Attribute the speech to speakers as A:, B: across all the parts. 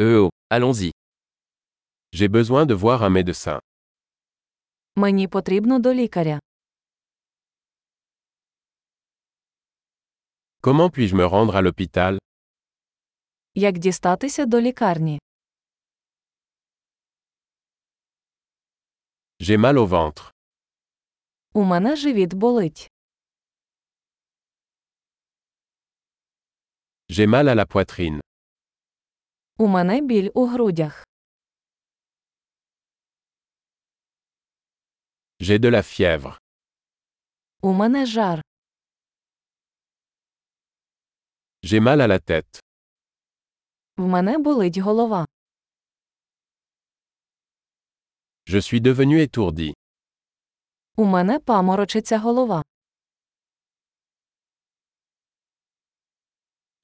A: Euh oh, allons-y.
B: J'ai besoin de voir un médecin.
C: Мені потрібно до лікаря.
B: Comment puis-je me rendre à l'hôpital
C: Як дістатися до лікарні?
B: J'ai mal au ventre.
C: У мене живіт болить.
B: J'ai mal à la poitrine.
C: У мене біль у грудях.
B: J'ai de la fièvre.
C: У мене жар.
B: J'ai mal à la tête.
C: В мене болить голова.
B: Je suis devenu étourdi.
C: У мене паморочиться голова.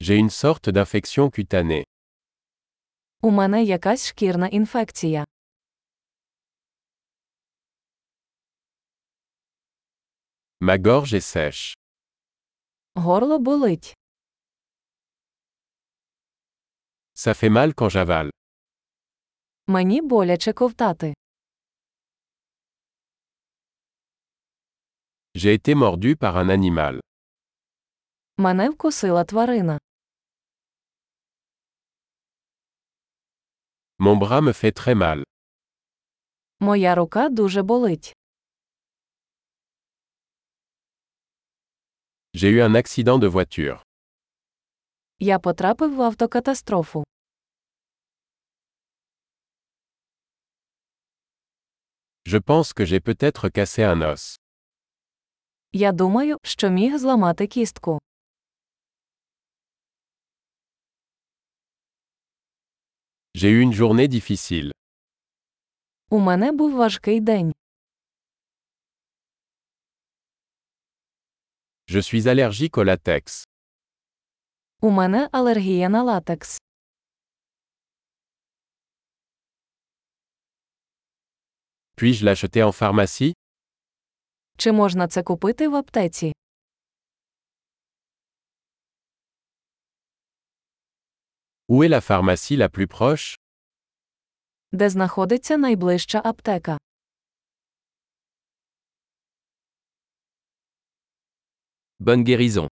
B: J'ai une sorte d'infection cutanée.
C: У мене якась шкірна інфекція.
B: Ma gorge est sèche.
C: Горло болить.
B: Ça fait mal quand j'avale.
C: Мені боляче ковтати.
B: J'ai été mordu par un animal.
C: Мене вкусила тварина.
B: Mon bras me fait très mal.
C: Моя рука дуже болить.
B: J'ai eu un accident de voiture.
C: Я потрапив в автокатастрофу.
B: Je pense que j'ai peut-être cassé un os.
C: Я думаю, що міг зламати кістку.
B: J'ai eu une journée difficile.
C: У мене був важкий день.
B: Je suis allergique au latex.
C: У мене алергія на латекс.
B: Puis-je l'acheter en pharmacie
C: Чи можна це купити в аптеці?
B: Où est la pharmacie la plus proche
C: Де знаходиться найближча аптека?
A: Bonne guérison.